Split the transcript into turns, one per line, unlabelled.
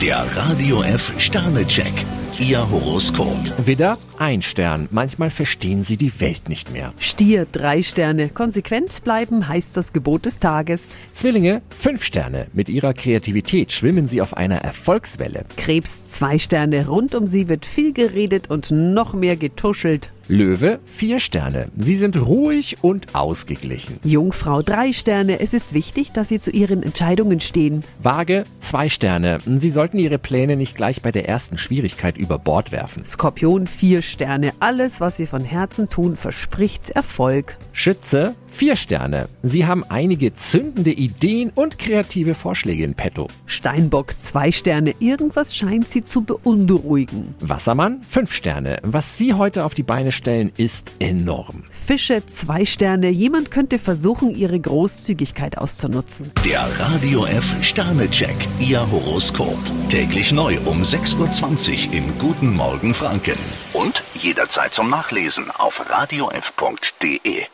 Der Radio F Sternecheck. Ihr Horoskop.
Widder, ein Stern. Manchmal verstehen sie die Welt nicht mehr.
Stier, drei Sterne. Konsequent bleiben heißt das Gebot des Tages.
Zwillinge, fünf Sterne. Mit ihrer Kreativität schwimmen sie auf einer Erfolgswelle.
Krebs, zwei Sterne. Rund um sie wird viel geredet und noch mehr getuschelt.
Löwe, vier Sterne. Sie sind ruhig und ausgeglichen.
Jungfrau, drei Sterne. Es ist wichtig, dass sie zu ihren Entscheidungen stehen.
Waage, zwei Sterne. Sie sollten ihre Pläne nicht gleich bei der ersten Schwierigkeit über Bord werfen.
Skorpion, vier Sterne. Alles, was sie von Herzen tun, verspricht Erfolg.
Schütze, vier Sterne. Sie haben einige zündende Ideen und kreative Vorschläge in petto.
Steinbock, zwei Sterne. Irgendwas scheint sie zu beunruhigen.
Wassermann, fünf Sterne. Was Sie heute auf die Beine stellen, ist enorm.
Fische, zwei Sterne. Jemand könnte versuchen, ihre Großzügigkeit auszunutzen.
Der Radio F Sternecheck. Ihr Horoskop. Täglich neu um 6.20 Uhr im Guten Morgen Franken. Und jederzeit zum Nachlesen auf radiof.de.